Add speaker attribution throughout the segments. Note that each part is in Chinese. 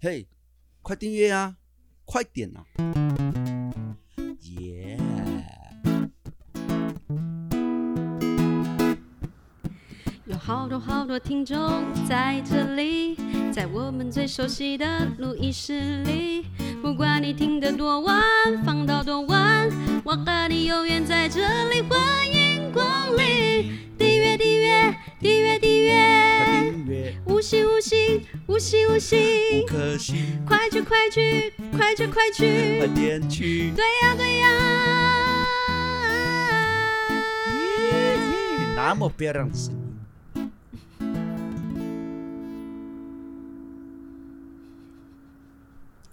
Speaker 1: 嘿，快订阅啊，快点啊！耶、
Speaker 2: 有好多好多听众在这里，在我们最熟悉的录音室里。不管你听得多晚，放到多晚，我和你永远在这里，欢迎光临。订阅，订阅，订阅，
Speaker 1: 快
Speaker 2: 订阅，
Speaker 1: 订阅，
Speaker 2: 五星，五星，五星，五
Speaker 1: 五
Speaker 2: 星，
Speaker 1: 颗星，
Speaker 2: 快去，快去，快去，快去
Speaker 1: 快！点去。
Speaker 2: 对呀，对呀。
Speaker 1: 咦那么漂亮的声音，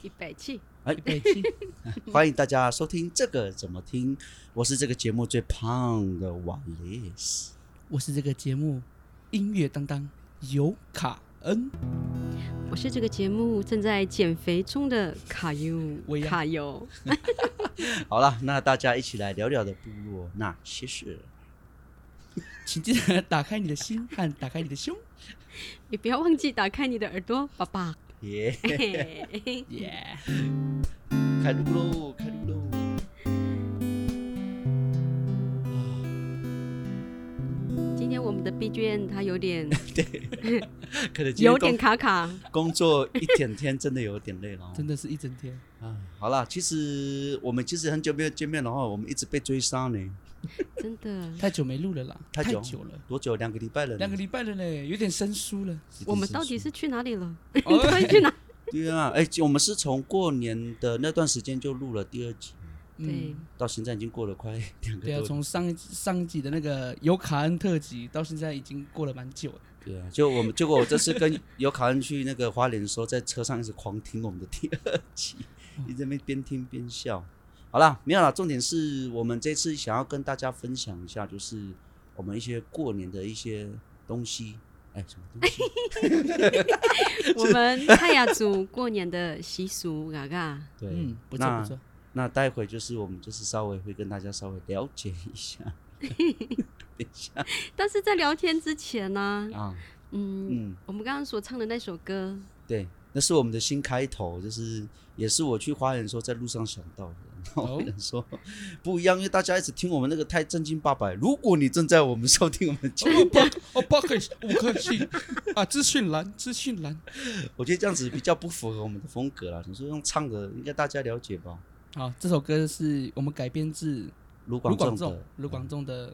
Speaker 2: 一百七，
Speaker 1: 哎， 欢迎大家收听这个怎么听？我是这个节目最胖的瓦雷斯。
Speaker 3: 我是这个节目音乐担当尤卡恩，
Speaker 2: 我是这个节目正在减肥中的卡尤
Speaker 3: 我，一样
Speaker 2: 卡尤。
Speaker 1: 好了，那大家一起来聊聊的部落那些事。
Speaker 3: 请记得打开你的心和打开你的胸，
Speaker 2: 也不要忘记打开你的耳朵，爸 爸。
Speaker 1: 耶、
Speaker 2: 嘿嘿
Speaker 3: 耶、
Speaker 1: 开路喽，开路喽！
Speaker 2: 今天我们的 BGM 它有点
Speaker 1: 可 能今天
Speaker 2: 有
Speaker 1: 工
Speaker 2: 点卡卡，
Speaker 1: 工作一整天，真的有点累了、哦。
Speaker 3: 真的是一整天，
Speaker 1: 啊，好啦，其实我们其实很久没有见面了哈，我们一直被追杀呢，
Speaker 2: 真 的。
Speaker 3: 太久没录了啦，
Speaker 1: 太
Speaker 3: 太
Speaker 1: 久
Speaker 3: 了，
Speaker 1: 多久？两个礼拜了呢。
Speaker 3: 两个礼拜了嘞，有点生疏了。
Speaker 2: 我们到底是去哪里了？
Speaker 3: 哦
Speaker 2: 到底 去哪？
Speaker 1: 对啊，哎、我们是从过年的那段时间就录了第二集，
Speaker 2: 对，
Speaker 1: 到现在已经过了快两个
Speaker 3: 嗯对啊，
Speaker 1: 多。
Speaker 3: 从上一上一集的那个尤卡恩特辑到现在已经过了蛮久了，
Speaker 1: 对啊，就我们结果我这次跟尤卡恩去那个花莲的时候，在车上一直狂听我们的第二 集，一直在那边边听边笑。好啦，没有啦，重点是我们这次想要跟大家分享一下，就是我们一些过年的一些东西。哎，什么东西？
Speaker 2: 我们泰雅族过年的习俗，嘎嘎。
Speaker 1: 对，
Speaker 3: 嗯，不错
Speaker 1: 那
Speaker 3: 不错，
Speaker 1: 那待会就是我们就是稍微会跟大家稍微了解一下
Speaker 2: 但是在聊天之前呢，
Speaker 1: 啊，
Speaker 2: 嗯，
Speaker 1: 嗯，
Speaker 2: 我们刚刚所唱的那首歌，
Speaker 1: 对，那是我们的新开头，就是也是我去花园的时候在路上想到的。然后我
Speaker 3: 哦
Speaker 1: 想 说不一样，因为大家一直听我们那个太正经八百。如果你正在我们收听我们的节目，
Speaker 3: 哦，不可以，五颗星啊，资讯栏，资讯栏，
Speaker 1: 我觉得这样子比较不符合我们的风格啦。你说用唱的，应该大家了解吧？
Speaker 3: 好，这首歌是我们改编自
Speaker 1: 卢广
Speaker 3: 卢广
Speaker 1: 仲
Speaker 3: 仲
Speaker 1: 的，
Speaker 3: 卢广仲的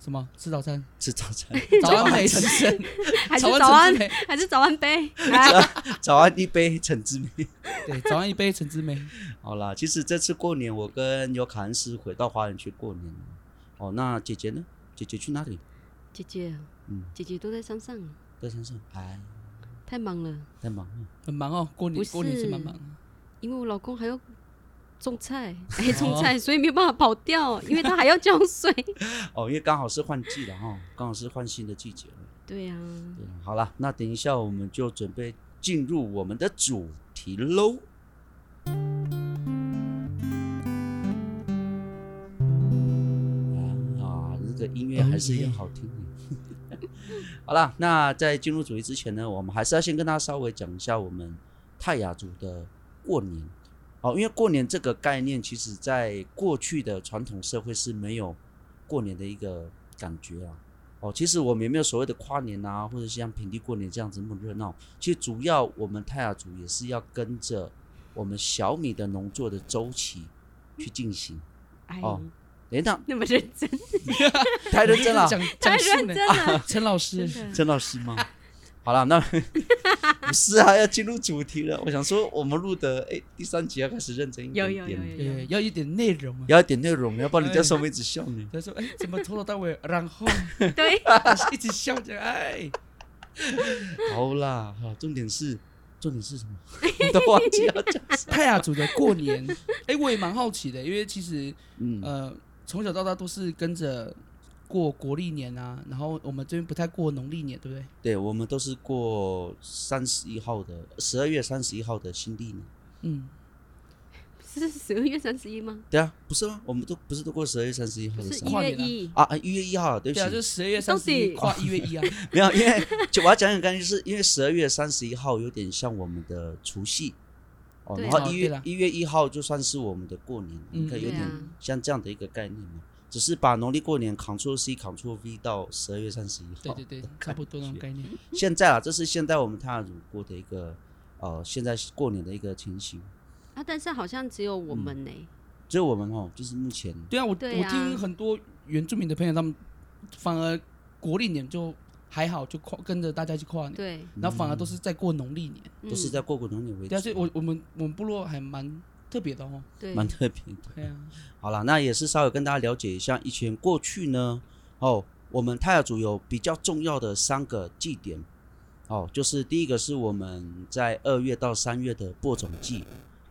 Speaker 3: 什么吃早餐？
Speaker 1: 吃早餐，
Speaker 3: 早安美晨晨，
Speaker 2: 还是
Speaker 3: 早
Speaker 2: 早安
Speaker 3: 晨之，美
Speaker 2: 还是早安杯？哎
Speaker 1: 早安一杯橙汁美。
Speaker 3: 对，早安一杯橙汁美。
Speaker 1: 好啦，其实这次过年我跟尤卡恩斯回到花园去过年了。哦，那姐姐呢？姐姐去哪里？
Speaker 2: 姐姐，啊
Speaker 1: 嗯，
Speaker 2: 姐姐都在山上，
Speaker 1: 在山上。哎，
Speaker 2: 太忙了，
Speaker 1: 太忙了。
Speaker 3: 很忙哦，过
Speaker 2: 不
Speaker 3: 年
Speaker 2: 是
Speaker 3: 过年是蛮忙的。
Speaker 2: 因为我老公还要种 菜，哎，种菜，所以没有办法跑掉，因为他还要浇水。
Speaker 1: 哦，因为刚好是换季了哈，刚好是换新的季节了。
Speaker 2: 对呀、
Speaker 1: 对，好啦，那等一下我们就准备进入我们的主题喽。啊，这个音乐还是很好听的。 好啦，那在进入主题之前呢，我们还是要先跟大家稍微讲一下我们泰雅族的过年。哦，因为过年这个概念，其实在过去的传统社会是没有过年的一个感觉啊。哦，其实我们也没有所谓的跨年啊，或者像平地过年这样子那么热闹。其实主要我们泰雅族也是要跟着我们小米的农作的周期去进行。
Speaker 2: 哎，
Speaker 1: 哦哎，那
Speaker 2: 那么认真，
Speaker 1: 太认真了，
Speaker 3: 讲
Speaker 2: 太
Speaker 3: 讲述
Speaker 2: 认
Speaker 3: 呢
Speaker 2: 真，了，
Speaker 3: 陈老师
Speaker 2: 真的。
Speaker 1: 陈老师吗？嗯 好 了，那不是啊，要进入主题了。我想说，我们录的哎第三集要开始认真一点
Speaker 2: 有
Speaker 1: 点，
Speaker 2: 有有有有
Speaker 3: 对，要一点内容啊。
Speaker 1: 要一点内容，要不然人家说我们一直笑你。
Speaker 3: 他说：“哎，怎么从头到尾，然后
Speaker 2: 对，
Speaker 3: 一直笑着，哎，
Speaker 1: 好啦，好，重点是重点是什么？我都忘记要讲 什么。
Speaker 3: 泰雅族的过年，哎，我也蛮好奇的，因为其实
Speaker 1: 嗯，
Speaker 3: 呃，从小到大都是跟着过国历年啊，然后我们这边不太过农历年，对不对？
Speaker 1: 对，我们都是过三十一号的，十二月三十一号的新历年。
Speaker 3: 嗯，
Speaker 2: 是十二月三十一吗？
Speaker 1: 对啊，不是吗？我们都不是都过十二月三十一号
Speaker 2: 不
Speaker 1: 的
Speaker 2: 是
Speaker 1: 生
Speaker 2: 一
Speaker 1: 日
Speaker 3: 跨
Speaker 2: 月
Speaker 3: 年啊
Speaker 2: 一，
Speaker 1: 啊啊，一月一号，对不
Speaker 3: 对啊，
Speaker 1: 起
Speaker 3: 就，十二月
Speaker 2: 到
Speaker 3: 三十一
Speaker 2: 底
Speaker 3: 跨一 月一啊，
Speaker 1: 没有，因为就我要讲讲概念，就是因为十二月三十一号有点像我们的除夕哦，
Speaker 2: 对
Speaker 1: 然
Speaker 2: 啊
Speaker 1: 后一
Speaker 3: 哦对
Speaker 1: 月
Speaker 3: 啦
Speaker 1: 一月一号就算是我们的过年，
Speaker 3: 嗯
Speaker 1: 你看有
Speaker 2: 对
Speaker 1: 点
Speaker 2: 啊
Speaker 1: 像这样的一个概念嘛，只是把农历过年 Ctrl C Ctrl V 到十二月三十一号，
Speaker 3: 对对对，差不多那种概念。
Speaker 1: 现在啊，这是现在我们泰雅族过的一个呃，现在过年的一个情形，
Speaker 2: 啊，但是好像只有我们呢。
Speaker 1: 所以我们哦，就是目前
Speaker 3: 对啊，我
Speaker 2: 对
Speaker 3: 我
Speaker 2: 啊
Speaker 3: 听很多原住民的朋友，他们反而国历年就还好，就跨跟着大家去跨年，
Speaker 2: 对，
Speaker 3: 然后反而都是在过农历年。
Speaker 1: 都是
Speaker 2: 嗯
Speaker 1: 在过过农年为主，
Speaker 3: 对啊，所以我我们我们部落还蛮特别的哦。
Speaker 2: 对
Speaker 1: 蛮特别的。
Speaker 3: 对啊，
Speaker 1: 好了，那也是稍微跟大家了解一下，以前过去呢，哦，我们泰雅族有比较重要的三个祭典，哦，就是第一个是我们在二月到三月的播种季，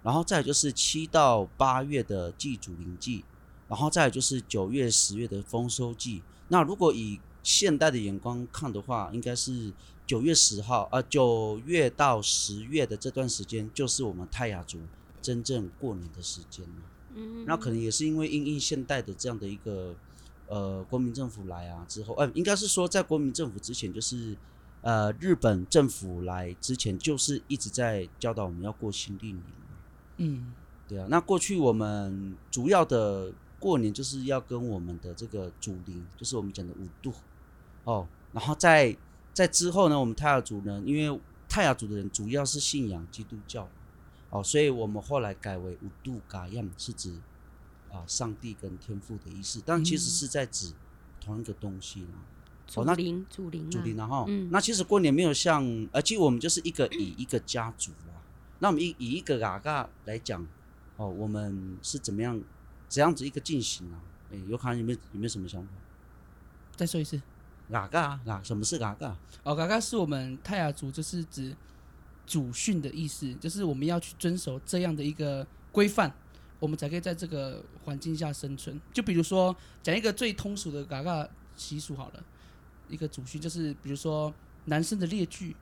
Speaker 1: 然后再来就是七到八月的祭祖灵祭，然后再来就是九月、十月的丰收季。那如果以现代的眼光看的话，应该是九月十号，啊，九月到十月的这段时间，就是我们泰雅族真正过年的时间了。
Speaker 2: 嗯
Speaker 1: 那可能也是因为因应现代的这样的一个呃国民政府来啊之后，呃，应该是说在国民政府之前，就是呃日本政府来之前，就是一直在教导我们要过新历年。
Speaker 3: 嗯，
Speaker 1: 对啊，那过去我们主要的过年就是要跟我们的这个祖灵，就是我们讲的五度哦，然后在在之后呢，我们泰雅族呢，因为泰雅族的人主要是信仰基督教哦，所以我们后来改为五度嘎样，是指啊、上帝跟天父的意思，但其实
Speaker 3: 嗯
Speaker 1: 是在指同一个东西啦。
Speaker 2: 祖
Speaker 1: 那啊
Speaker 2: 灵，祖灵，
Speaker 1: 主题，然后，
Speaker 2: 嗯
Speaker 1: 那其实过年没有像，呃，其实我们就是一个以一个家族啦。那我们以以一个嘎嘎来讲，哦，我们是怎么样怎样子一个进行啊？哎，有可能有没有有没有什么想法？
Speaker 3: 再说一次，
Speaker 1: 嘎嘎嘎，什么是嘎啊嘎？
Speaker 3: 哦，嘎嘎是我们泰雅族，就是指祖训的意思，就是我们要去遵守这样的一个规范，我们才可以在这个环境下生存。就比如说，讲一个最通俗的嘎嘎习俗好了，一个祖训就是，比如说男生的猎具，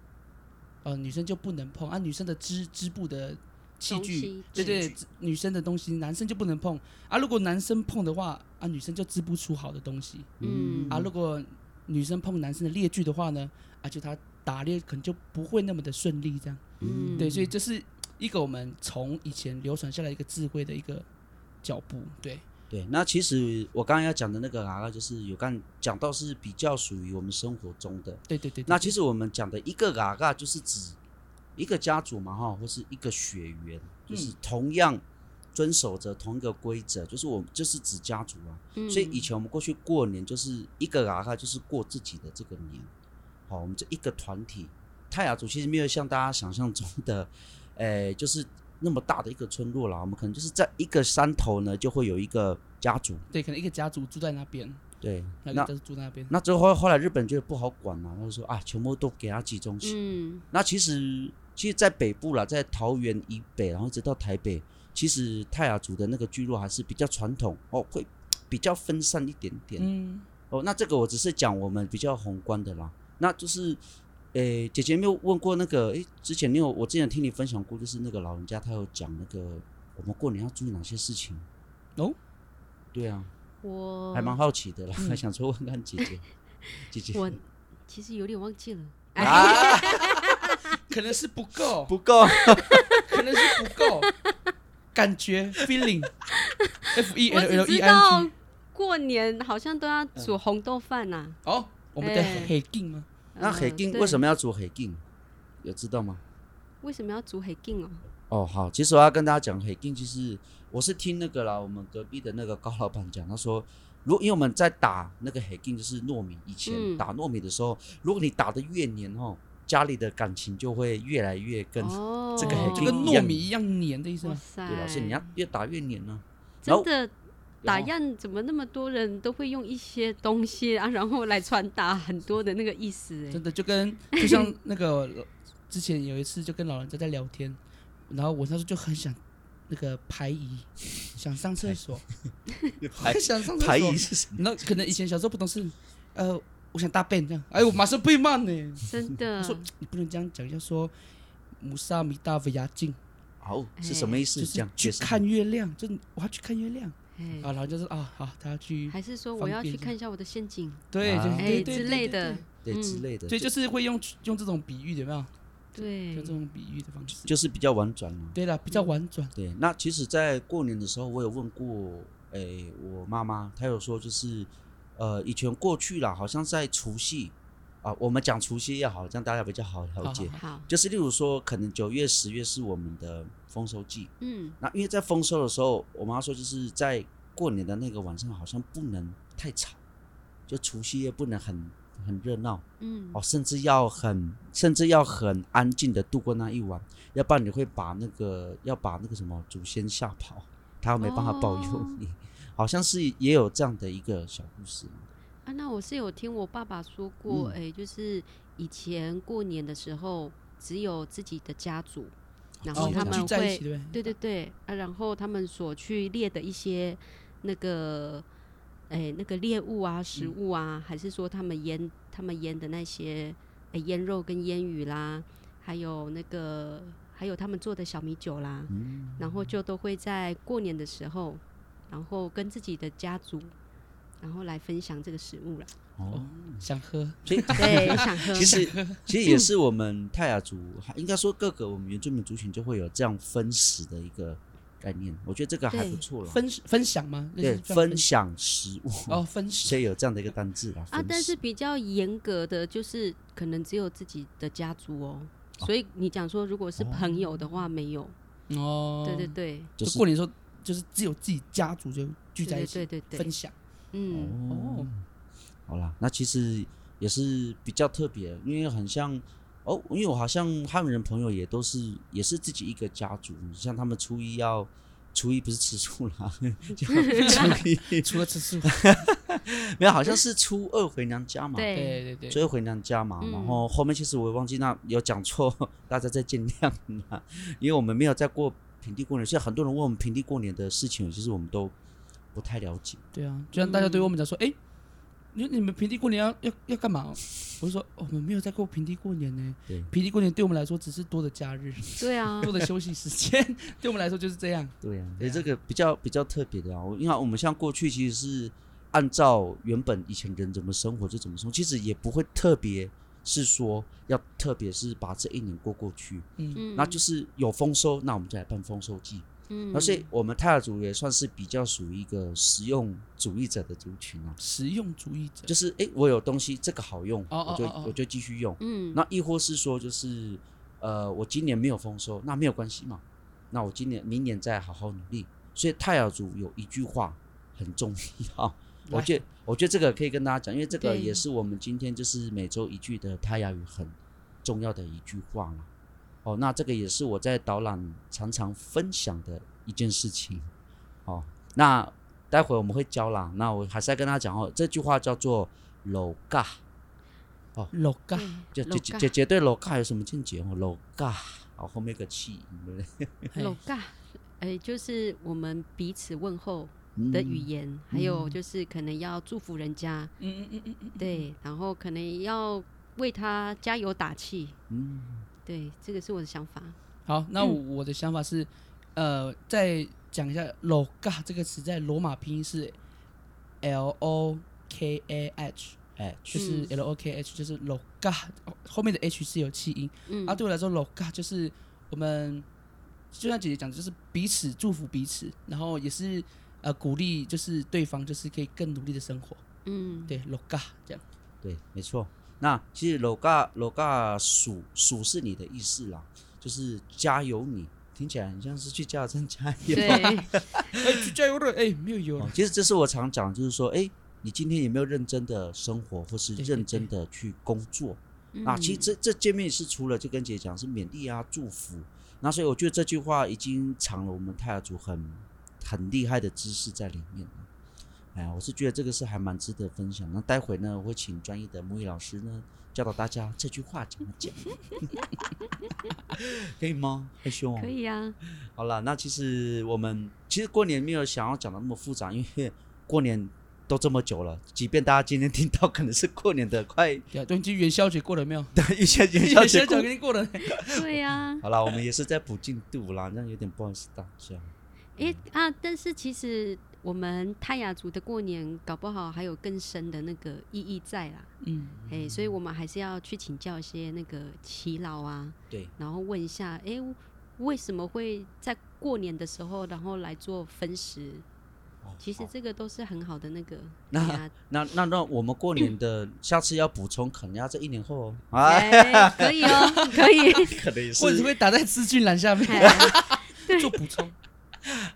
Speaker 3: 呃，女生就不能碰；啊，女生的织织布的器
Speaker 2: 东
Speaker 3: 具
Speaker 2: 西，
Speaker 3: 对对
Speaker 2: 器具，
Speaker 3: 女生的东西男生就不能碰。啊，如果男生碰的话，啊，女生就织不出好的东西。
Speaker 2: 嗯
Speaker 3: 啊，如果女生碰男生的猎具的话呢，啊，就他打猎可能就不会那么的顺利，这样。
Speaker 2: 嗯，
Speaker 3: 对，所以这是一个我们从以前流传下来一个智慧的一个脚步。对，
Speaker 1: 对，那其实我刚刚要讲的那个嘎嘎，就是有刚讲到是比较属于我们生活中的。
Speaker 3: 对对对对
Speaker 1: 那其实我们讲的一个嘎嘎，就是指一个家族嘛，哈，或是一个血缘，就是同样遵守着同一个规则，就是我就是指家族啊。
Speaker 2: 嗯
Speaker 1: 所以以前我们过去过年就是一个嘎嘎，就是过自己的这个年，好，我们这一个团体。泰雅族其实没有像大家想象中的，诶，就是那么大的一个村落啦。我们可能就是在一个山头呢，就会有一个家族。
Speaker 3: 对，可能一个家族住在那边，
Speaker 1: 对，
Speaker 3: 那
Speaker 1: 那
Speaker 3: 个家族住在那边。
Speaker 1: 那之后后来日本觉得不好管嘛，他就说啊，全部都给他集中起来
Speaker 2: 嗯，
Speaker 1: 那其实，其实，在北部啦，在桃园以北，然后一直到台北，其实泰雅族的那个聚落还是比较传统哦，会比较分散一点点、
Speaker 3: 嗯，
Speaker 1: 哦。那这个我只是讲我们比较宏观的啦，那就是。诶，姐姐没有问过那个，诶，之前你有我之前听你分享过，就是那个老人家他有讲那个我们过年要注意哪些事情
Speaker 3: 哦，
Speaker 1: 对啊，
Speaker 2: 我
Speaker 1: 还蛮好奇的啦，
Speaker 3: 嗯
Speaker 1: 还 想说问看姐姐，姐姐
Speaker 2: 我其实有点忘记了，哎，
Speaker 1: 啊
Speaker 3: 可能是不够，
Speaker 1: 不够，
Speaker 3: 可能是不够，感觉 feeling，F E
Speaker 2: 我
Speaker 3: L
Speaker 2: 只
Speaker 3: L E
Speaker 2: 知
Speaker 3: I
Speaker 2: 道
Speaker 3: N G。
Speaker 2: 过年好像都要煮红豆饭啊呐。
Speaker 3: 哦，我们的
Speaker 2: 哎
Speaker 3: 黑镜吗？
Speaker 1: 那海
Speaker 2: 嗯
Speaker 1: 镜为什么要煮海镜？有知道吗？
Speaker 2: 要为什么要煮黑镜哦？
Speaker 1: 哦，好，其实我要跟大家讲，黑定就是我是听那个啦，我们隔壁的那个高老板讲，他说，如因为我们在打那个黑定就是糯米，以前
Speaker 2: 嗯
Speaker 1: 打糯米的时候，如果你打的越黏哦，家里的感情就会越来越更，
Speaker 2: 哦，哎
Speaker 1: 这个海
Speaker 3: 就
Speaker 1: 镜
Speaker 3: 跟
Speaker 1: 一
Speaker 3: 糯
Speaker 1: 样
Speaker 3: 米一样黏的意思
Speaker 2: 哇
Speaker 3: 吗？
Speaker 2: 塞，
Speaker 1: 对，老师你要越打越黏啊 呢、然
Speaker 2: 真
Speaker 1: 后
Speaker 2: 的打
Speaker 1: 然后
Speaker 2: 样怎么那么多人都会用一些东西啊，然后来传达很多的那个意思哎
Speaker 3: 真。的就跟就像那个 老之前有一次就跟老人家在聊天，然后我那时候就很想那个排遗，想上厕所，
Speaker 1: 排
Speaker 3: 很想上厕
Speaker 1: 排遗
Speaker 3: 所。
Speaker 1: 是什么？
Speaker 3: 然后可能以前小时候不懂事，呃，我想大便这样，哎，我马上被骂呢。
Speaker 2: 真的
Speaker 3: 我，说你不能这样讲，要说母萨米大维亚进，
Speaker 1: 哦，是什么意思？
Speaker 3: 哎就
Speaker 1: 这
Speaker 3: 是
Speaker 1: 样
Speaker 3: 去
Speaker 1: 解释
Speaker 3: 看月亮，就是我要去看月亮啊，
Speaker 2: 哎，
Speaker 3: 然后就是啊，好，他要去，
Speaker 2: 还是说我
Speaker 3: 方
Speaker 2: 要
Speaker 3: 便
Speaker 2: 去
Speaker 3: 一下
Speaker 2: 看一下我的陷阱，
Speaker 3: 对
Speaker 1: 啊
Speaker 3: 对
Speaker 1: 哎
Speaker 3: 对对
Speaker 2: 之
Speaker 3: 对
Speaker 2: 类
Speaker 3: 对
Speaker 2: 的
Speaker 1: 对
Speaker 2: 嗯
Speaker 1: 之类的，
Speaker 3: 对，所以就是会用用这种比喻，有没有？
Speaker 2: 对
Speaker 3: 用这，种比喻的方式，
Speaker 1: 就是比较婉转嘛。
Speaker 3: 对了，比较婉转。
Speaker 1: 对，那其实，在过年的时候，我有问过，诶、我妈妈，她有说就是，呃，以前过去啦，好像在除夕啊、我们讲除夕也好，这样大家比较好了解。
Speaker 3: 好
Speaker 2: 好，
Speaker 1: 就是例如说，可能九月、十月是我们的丰收季，
Speaker 2: 嗯，
Speaker 1: 那因为在丰收的时候，我妈说就是在过年的那个晚上，好像不能太吵，就除夕夜不能很很热闹。
Speaker 2: 嗯，
Speaker 1: 哦，甚至要很，甚至要很安静的度过那一晚，要不然你会把那个要把那个什么祖先吓跑，他没办法保佑
Speaker 2: 哦
Speaker 1: 你，好像是也有这样的一个小故事。
Speaker 2: 啊，那我是有听我爸爸说过，
Speaker 1: 嗯
Speaker 2: 哎、就是以前过年的时候，只有自己的家族，然
Speaker 1: 哦
Speaker 2: 后他
Speaker 1: 这
Speaker 2: 们
Speaker 3: 聚在一
Speaker 2: 会，
Speaker 3: 起，对不
Speaker 2: 对对对，啊，然后他们所去猎的一些那个，哎、那个猎物啊、食
Speaker 1: 嗯
Speaker 2: 物啊，还是说他们腌他们腌的那些，哎、腌肉跟腌鱼啦，还有那个，还有他们做的小米酒啦，
Speaker 1: 嗯，
Speaker 2: 然后就都会在过年的时候，然后跟自己的家族，然后来分享这个食 物啦。
Speaker 1: 哦，
Speaker 3: 对？想喝，
Speaker 1: 所以
Speaker 2: 对，想喝。
Speaker 1: 其实其实也是我们泰雅族，还应该说各个我们原住民族群就会有这样分食的一个概念，我觉得这个还不
Speaker 2: 对
Speaker 1: 错了。
Speaker 3: 分分享吗？就是
Speaker 1: 对，
Speaker 3: 这样
Speaker 1: 分享食物，
Speaker 3: 哦，分
Speaker 1: 所
Speaker 3: 享
Speaker 1: 以有这样的一个单字啦。
Speaker 2: 啊，
Speaker 1: 分
Speaker 2: 但
Speaker 1: 食
Speaker 2: 是比较严格的就是，可能只有自己的家族哦。所以你讲说，如果是朋友的话，没有。
Speaker 3: 哦，
Speaker 2: 对对对，
Speaker 1: 就
Speaker 3: 就是过年的时候，就是只有自己家族就聚在一
Speaker 2: 对
Speaker 3: 起
Speaker 2: 对对对
Speaker 3: 分
Speaker 2: 对，
Speaker 3: 享。
Speaker 2: 嗯，
Speaker 1: 哦
Speaker 3: 哦，
Speaker 1: 好啦，那其实也是比较特别，因为很像哦，因为我好像汉人朋友也都是也是自己一个家族，像他们初一要初一不是吃素啦， 就初一
Speaker 3: 除了 吃素，
Speaker 1: 没有，好像是初二回娘家嘛，
Speaker 2: 对
Speaker 3: 对对对
Speaker 1: 初，二回娘家嘛，
Speaker 2: 嗯
Speaker 1: 然后后面其实我也忘记那有讲错， 大家再见谅啦，因为我们没有在过平地过年，所以很多人问我们平地过年的事情，其实我们都不太了解。
Speaker 3: 对啊，就像大家对我们讲说，哎、你你们平地过年要要要干嘛？我就说、哦我们没有在过平地过年呢
Speaker 1: 对。
Speaker 3: 平地过年对我们来说只是多的假日，
Speaker 2: 对啊，
Speaker 3: 多的休息时间， 对我们来说就是这样。
Speaker 1: 对呀、啊，所
Speaker 3: 对
Speaker 1: 以
Speaker 3: 啊
Speaker 1: 这个比较比较特别的啊。我因为我们像过去其实是按照原本以前人怎么生活就怎么生活，其实也不会特别是说要特别是把这一年过过去，
Speaker 3: 嗯，
Speaker 2: 嗯，
Speaker 1: 那就是有丰收，那我们就来办丰收季。
Speaker 2: 嗯，
Speaker 1: 而且我们泰雅族也算是比较属于一个实用主义者的族群啊，
Speaker 3: 实用主义者，
Speaker 1: 就是诶，我有东西这个好用，
Speaker 3: 哦哦
Speaker 1: 我就
Speaker 3: 哦哦
Speaker 1: 我就继续用。
Speaker 2: 嗯，
Speaker 1: 那亦或是说，就是呃，我今年没有丰收，那没有关系嘛，那我今年明年再好好努力。所以泰雅族有一句话很重要，我
Speaker 3: 来
Speaker 1: 觉得我觉得这个可以跟大家讲，因为这个
Speaker 2: 对
Speaker 1: 也是我们今天就是每周一句的泰雅语很重要的一句话啦。哦，那这个也是我在导览常常分享的一件事情。哦，那待会我们会教啦。那我还是要跟大家讲哦，这句话叫做“楼嘎”。
Speaker 3: 老干
Speaker 2: 对，
Speaker 1: 就
Speaker 2: 老
Speaker 1: 姐姐
Speaker 2: 尬
Speaker 1: 姐姐对楼尬有什么见解哦？楼尬，好后面有个气音，对不对？
Speaker 3: 嘿
Speaker 2: 老尬，哎，就是我们彼此问候
Speaker 1: 嗯
Speaker 2: 的语言，还有就是可能要祝福人家，
Speaker 3: 嗯嗯嗯嗯嗯，
Speaker 2: 对，然后可能要为他加油打气，
Speaker 1: 嗯，
Speaker 2: 对，这个是我的想法。
Speaker 3: 好，那我我的想法是，呃，再讲一下“老嘎”这个词在罗马拼音是 L O K A H，
Speaker 1: 哎，确
Speaker 2: 嗯
Speaker 3: 就是 L O K H，就是“老嘎”，后面的 H 是有气音。
Speaker 2: 嗯，
Speaker 3: 啊，对我来说，老嘎就是我们，就像姐姐讲的，就是彼此祝福彼此，然后也是呃鼓励，就是对方就是可以更努力的生活。
Speaker 2: 嗯，
Speaker 3: 对，老嘎这样。
Speaker 1: 对，没错。那其实楼尬楼尬数数是你的意思啦，就是加油你，听起来很像是去加油站加油。啊
Speaker 2: 对，
Speaker 3: 哎，去加油了！哎，没有 油
Speaker 1: 哦
Speaker 3: 了。
Speaker 1: 其实这是我常讲，就是说，哎，你今天有没有认真的生活，或是
Speaker 3: 对对
Speaker 1: 认真的去工作？ 啊，
Speaker 2: 嗯
Speaker 1: 其实这这见面是除了就跟姐讲是勉励啊、祝福，那所以我觉得这句话已经藏了我们泰雅族很很厉害的知识在里面了。哎呀，我是觉得这个是还蛮值得分享。那待会呢，我会请专业的母语老师呢教导大家这句话怎么讲， 可以吗？很凶哦。
Speaker 2: 可以啊，
Speaker 1: 好了，那其实我们其实过年没有想要讲的那么复杂，因为过年都这么久了，即便大家今天听到可能是过年的快
Speaker 3: 对啊，都已经元宵节过了没有？
Speaker 1: 一些元宵
Speaker 3: 元
Speaker 1: 节
Speaker 3: 宵节
Speaker 1: 过
Speaker 3: 已经过了，
Speaker 2: 对啊呀、
Speaker 1: 好啦，我们也是在补进度啦，那有点不好意思大家。
Speaker 2: 诶啊！但是其实我们泰雅族的过年，搞不好还有更深的那个意义在啦。
Speaker 3: 嗯，
Speaker 2: 诶，所以我们还是要去请教一些那个耆老啊，
Speaker 1: 对，
Speaker 2: 然后问一下，诶，为什么会在过年的时候，然后来做分食？
Speaker 1: 哦
Speaker 2: 其实
Speaker 1: 好
Speaker 2: 这个都是很好的那个，
Speaker 1: 那
Speaker 2: 对啊
Speaker 1: 那那那我们过年的下次要补充，可能要在一年后哦。啊，
Speaker 2: 哎，可以哦，可以。
Speaker 1: 可能也
Speaker 3: 或者是
Speaker 1: 是。
Speaker 3: 会打在资讯栏下面
Speaker 2: 哎
Speaker 3: 做补充。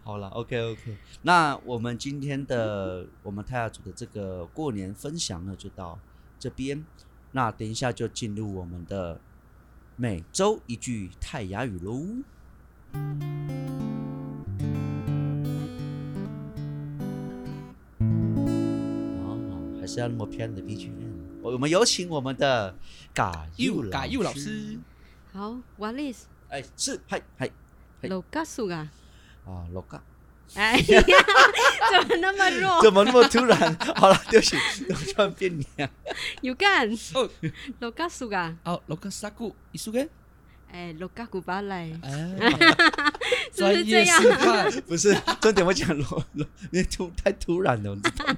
Speaker 1: 好了，OK OK。那我们今天的我们泰雅族的这个过年分享呢，就到这边。那等一下就进入我们的每周一句泰雅语喽。哦，还是要那么偏的 BGM。我我们有请我们的嘎佑
Speaker 3: 又嘎又老师，
Speaker 2: 好，What is
Speaker 1: 哎，是，嗨嗨嘿
Speaker 2: l o g a s u 啊？
Speaker 1: 啊，老嘎，
Speaker 2: 哎呀，怎么那么弱？
Speaker 1: 怎么那么突然？ 好了，对不起，我突然变娘。
Speaker 2: 有干
Speaker 3: 哦
Speaker 2: l o g a s u 啊？
Speaker 3: 好，罗克萨古伊苏根，
Speaker 2: 哎 l o g a u 巴 来，
Speaker 3: 哎，
Speaker 2: 是不是
Speaker 3: 专
Speaker 2: 这
Speaker 3: 业
Speaker 2: 样
Speaker 3: 示范，
Speaker 1: 不是，重点我讲罗罗，因为突太突然了，你知道吗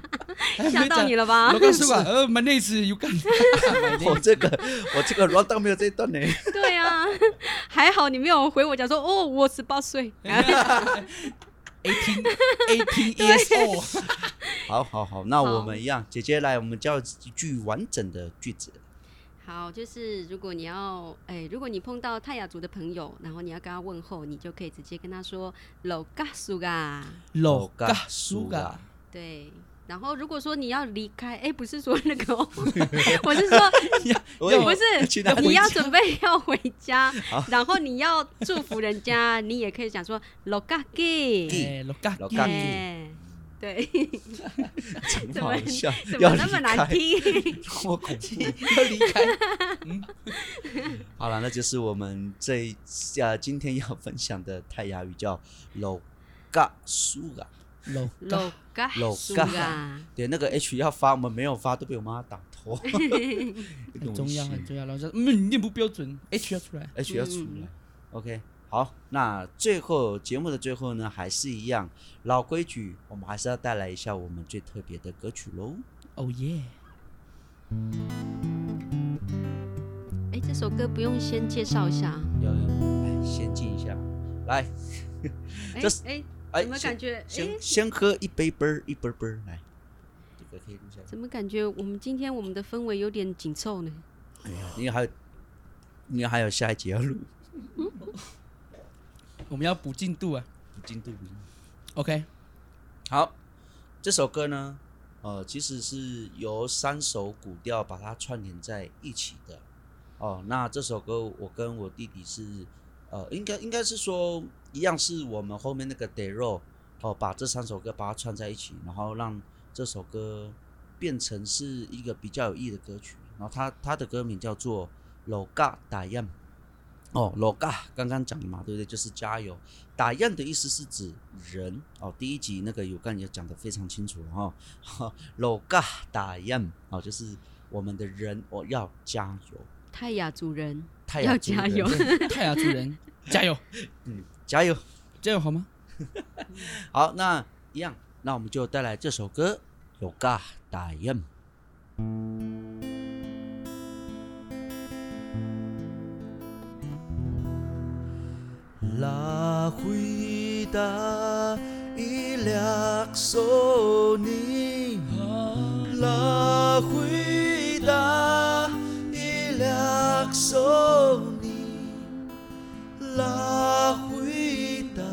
Speaker 2: 吓到你 了吧
Speaker 3: 罗？克萨古，呃，蛮内次有感， 哦
Speaker 1: 我这个我这个 round down 没有这一段呢。
Speaker 2: 对啊， 还好你没有回我讲说哦，我十八岁。
Speaker 3: 哎 eighteen eighteen years old，
Speaker 1: 好好好，那
Speaker 2: 好
Speaker 1: 我们一样，姐姐来，我们教一句完整的句子。
Speaker 2: 好，就是如果你要，哎、如果你碰到泰雅族的朋友，然后你要跟他问候，你就可以直接跟他说 “lo g a s u ga”。
Speaker 3: 罗克苏嘎，
Speaker 2: 对，然后如果说你要离开，哎、不是说那个、哦，我是说
Speaker 1: 我
Speaker 3: 要
Speaker 2: 不
Speaker 1: 去
Speaker 2: 是
Speaker 1: 哪里
Speaker 2: 你要准备要回家，然后你要祝福人家， 你也可以讲说 “lo g a g
Speaker 3: 哎，罗嘎
Speaker 1: 罗
Speaker 2: i
Speaker 1: 嘎嘎
Speaker 2: 对，
Speaker 1: 怎么好笑？
Speaker 2: 怎
Speaker 1: 要
Speaker 2: 么那么
Speaker 1: 离
Speaker 2: 难
Speaker 1: 开？
Speaker 2: 听？
Speaker 1: 我恐怖。
Speaker 3: 要离开，
Speaker 1: 好了，那就是我们这一呃今天要分享的泰雅语叫罗嘎苏嘎。
Speaker 3: 罗
Speaker 2: lo
Speaker 3: 嘎
Speaker 2: g a
Speaker 1: Lo
Speaker 2: s u
Speaker 1: ga
Speaker 2: ga。
Speaker 1: 对，那个 H 要发，我们没有发，都被我妈打 头。
Speaker 3: 很重要很重要，老师，嗯，念不标准，H 要出来，
Speaker 1: H 要出来
Speaker 2: 嗯。
Speaker 1: OK，好，那最后节目的最后呢，还是一样老规矩，我们还是要带来一下我们最特别的歌曲喽。
Speaker 3: 哦耶，
Speaker 2: 哎、这首歌不用先介绍一下啊？
Speaker 1: 要来先进一下，来，
Speaker 2: 哎
Speaker 1: 这是
Speaker 2: 哎，
Speaker 1: 哎，
Speaker 2: 怎么
Speaker 1: 先
Speaker 2: 感觉？哎
Speaker 1: 先，先喝一杯杯儿，一杯杯儿来。这个可以录下来。
Speaker 2: 怎么感觉我们今天我们的氛围有点紧凑呢？
Speaker 1: 哎呀，你还有你还有下一节要录，
Speaker 3: 我们要补进度啊
Speaker 1: 不进度不进度。
Speaker 3: ，OK，
Speaker 1: 好，这首歌呢，呃，其实是由三首古调把它串联在一起的。哦，那这首歌我跟我弟弟是，呃，应该应该是说一样，是我们后面那个 d e r o 哦，把这三首歌把它串在一起，然后让这首歌变成是一个比较有意义的歌曲。然后它它的歌名叫做《Loga d a y a n 哦，Loga 刚刚讲的嘛，对不对？就是加油。打样的意思是指人哦。第一集那个有干也讲得非常清楚了哈、 哦，老嘎打样哦，就是我们的人哦要加油，
Speaker 2: 泰雅族人
Speaker 1: 太
Speaker 2: 要
Speaker 1: 阳族
Speaker 2: 加
Speaker 1: 人
Speaker 2: 油，
Speaker 3: 泰雅族人， 加油，
Speaker 1: 嗯，加油。
Speaker 3: 加油好吗？
Speaker 1: 好，那一样，那我们就带来这首歌《有嘎打样》。拉回达伊俩索尼，拉回达伊俩索尼。La huita,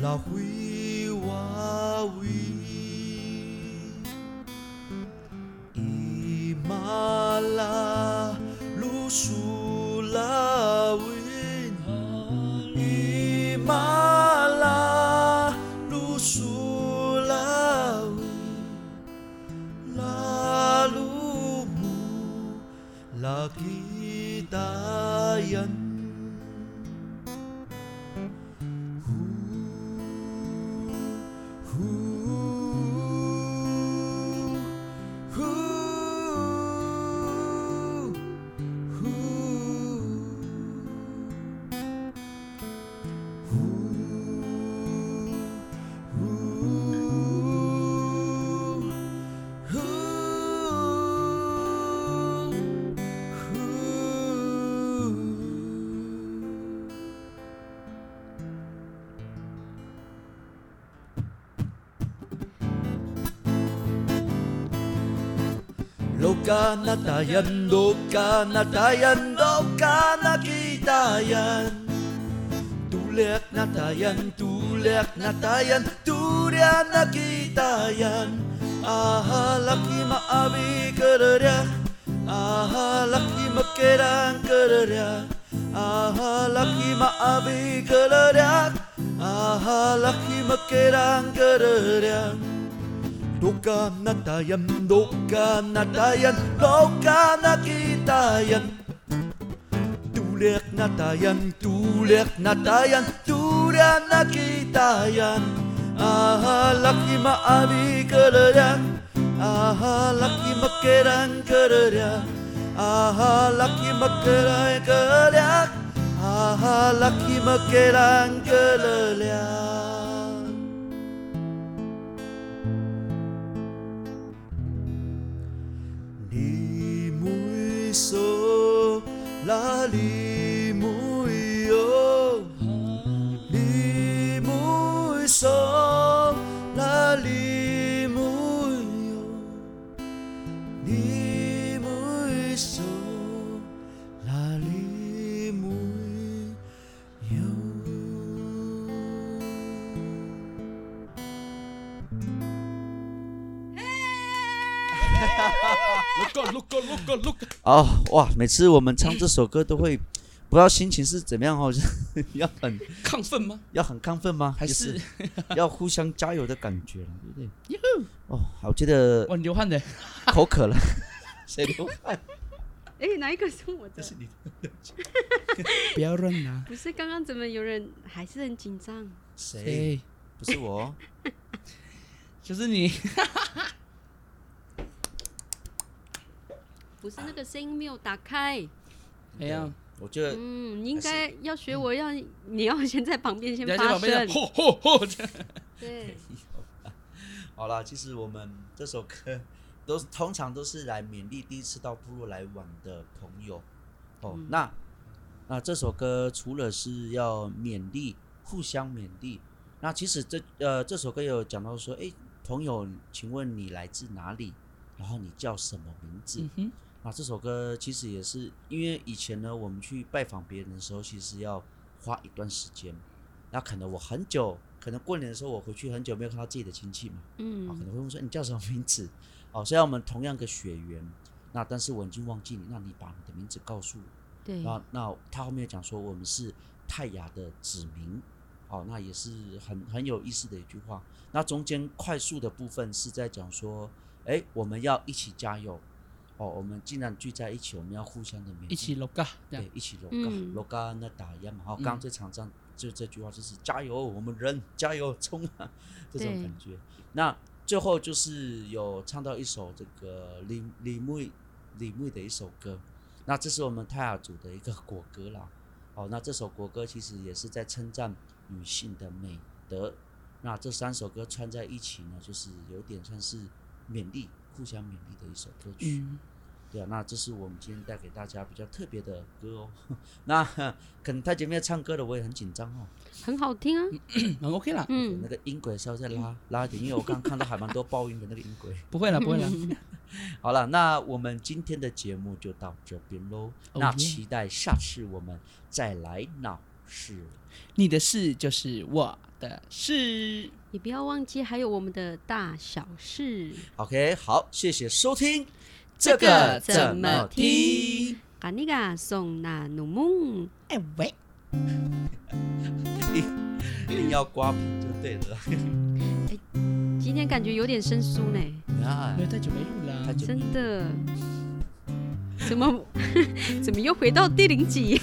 Speaker 1: la huiwawi. Imala lusulawin. Imala lusulawin. Lalu mu lagi tayan. Ooh.
Speaker 4: Lokanatayan, Lokanatayan, Lokanakitayan Tulek natayan, tulek natayan, tulya nakitayan Ahalaki maabi kererya, ahalaki makerang kererya Ahalaki maabi kererya, ahalaki makerang kererya Doka natayan, doka natayan, doka nakitayan Tulek natayan, tulek natayan, tulya nakitayan Aha laki maabi kererang, aha laki makerang kererang Aha laki makerang kererang, aha laki makerang kererang 眠い空眠いよ眠い空眠いよ眠い空眠いよ
Speaker 1: 哦，哇！每次我们唱这首歌都会，不知道心情是怎么样哦，就是 要很
Speaker 3: 亢奋吗？
Speaker 1: 要很亢奋吗？
Speaker 3: 还
Speaker 1: 也
Speaker 3: 是
Speaker 1: 是 要互相加油的感觉了，对不对？哦，好，我觉得
Speaker 3: 哇，你流汗的，
Speaker 1: 口渴了， 谁流汗？
Speaker 2: 哎、哪一个是我的？
Speaker 3: 不要乱拿。
Speaker 2: 不是刚刚怎么有人还是很紧张？
Speaker 1: 谁？
Speaker 3: 哎，
Speaker 1: 不是我哦，
Speaker 3: 就是你，
Speaker 2: 不是那个声音没有打开。
Speaker 3: 哎呀，
Speaker 1: 我觉得
Speaker 2: 嗯，你应该要学我，要你要先在旁边先
Speaker 3: 你在
Speaker 2: 发
Speaker 3: 旁边
Speaker 2: 声
Speaker 3: 这样，吼吼吼这样，
Speaker 2: 对，
Speaker 1: 好啦，其实我们这首歌都通常都是 来勉励第一次到部落来往的朋友哦。
Speaker 3: 嗯
Speaker 1: 那那这首歌除了是要勉励，互相勉励，那其实这呃这首歌也有讲到说，诶，朋友，请问你来自哪里？然后你叫什么名字？
Speaker 3: 嗯哼，
Speaker 1: 啊，这首歌其实也是因为以前呢，我们去拜访别人的时候，其实要花一段时间。那可能我很久，可能过年的时候我回去很久没有看到自己的亲戚嘛，啊，可
Speaker 2: 嗯，
Speaker 1: 能会问说你叫什么名字？哦，虽然我们同样个血缘，那但是我已经忘记你，那你把你的名字告诉我。
Speaker 2: 对，
Speaker 1: 那那他后面有讲说我们是泰雅的子民，哦，那也是很很有意思的一句话。那中间快速的部分是在讲说，哎，我们要一起加油，哦，我们既然聚在一起，我们要互相的勉励，
Speaker 3: 一起啊 l o g 这样
Speaker 1: 对，一起罗嘎
Speaker 2: 嗯
Speaker 1: 罗嘎那打样嘛，哦，
Speaker 3: 嗯
Speaker 1: 刚刚这场仗就这句话就是加油，我们人加油冲啊， 这种
Speaker 2: 对
Speaker 1: 感觉。那最后就是有唱到一首这个李李牧李牧的一首歌，那这是我们泰雅族的一个国歌啦。哦，那这首国歌其实也是在称赞女性的美德。那这三首歌串在一起呢，就是有点像是勉励，互相勉励的一首歌曲。
Speaker 3: 嗯，
Speaker 1: 对啊，那这是我们今天带给大家比较特别的歌哦。 那可能太姐妹唱歌了，我也很紧张哦。
Speaker 2: 很好听啊，
Speaker 3: 很 OK 啦，
Speaker 1: 那
Speaker 2: 嗯，
Speaker 1: 个音轨稍微再拉拉一点，因为我刚刚看到还蛮多爆音的那个音轨。
Speaker 3: 不会
Speaker 2: 嗯
Speaker 3: 啦，不会啦，
Speaker 1: 好了，那我们今天的节目就到这边喽。
Speaker 3: 哦
Speaker 1: 那
Speaker 3: 耶
Speaker 1: 期待下次我们再来闹事。
Speaker 3: 你的事就是我的事，
Speaker 2: 也不要忘记还有我们的大小事，
Speaker 1: OK，好，谢谢收听。
Speaker 3: 这个怎
Speaker 2: 么
Speaker 1: 听？
Speaker 2: 嘎尼嘎送那努梦。
Speaker 3: 哎喂。
Speaker 1: 一定要刮屏就对了。
Speaker 2: 今天感觉有点生疏呢，
Speaker 1: 啊
Speaker 3: 没有太久没录啦，
Speaker 1: 太久
Speaker 2: 真的。怎么 怎么又回到第零集？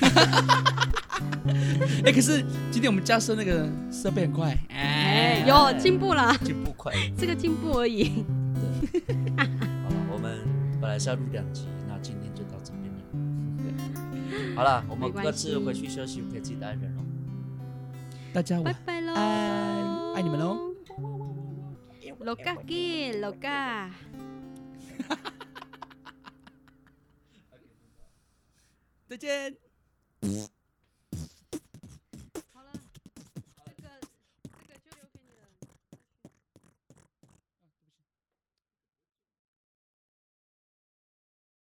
Speaker 3: 哎、可是今天我们家设那个设备很快，哎
Speaker 2: 哎，有进步了，
Speaker 1: 进步快。
Speaker 2: 这个进步而已。
Speaker 1: 好了，我们本来是要录两集，那今天就到这边了。 好了，我们
Speaker 2: 没关
Speaker 1: 各自
Speaker 2: 系
Speaker 1: 回去休息，陪自己的爱人哦。
Speaker 3: 大家
Speaker 2: 拜
Speaker 3: 晚
Speaker 2: 拜喽，
Speaker 3: 安，哦爱你们哦喽。
Speaker 2: 老嘎给老嘎。
Speaker 3: 再见。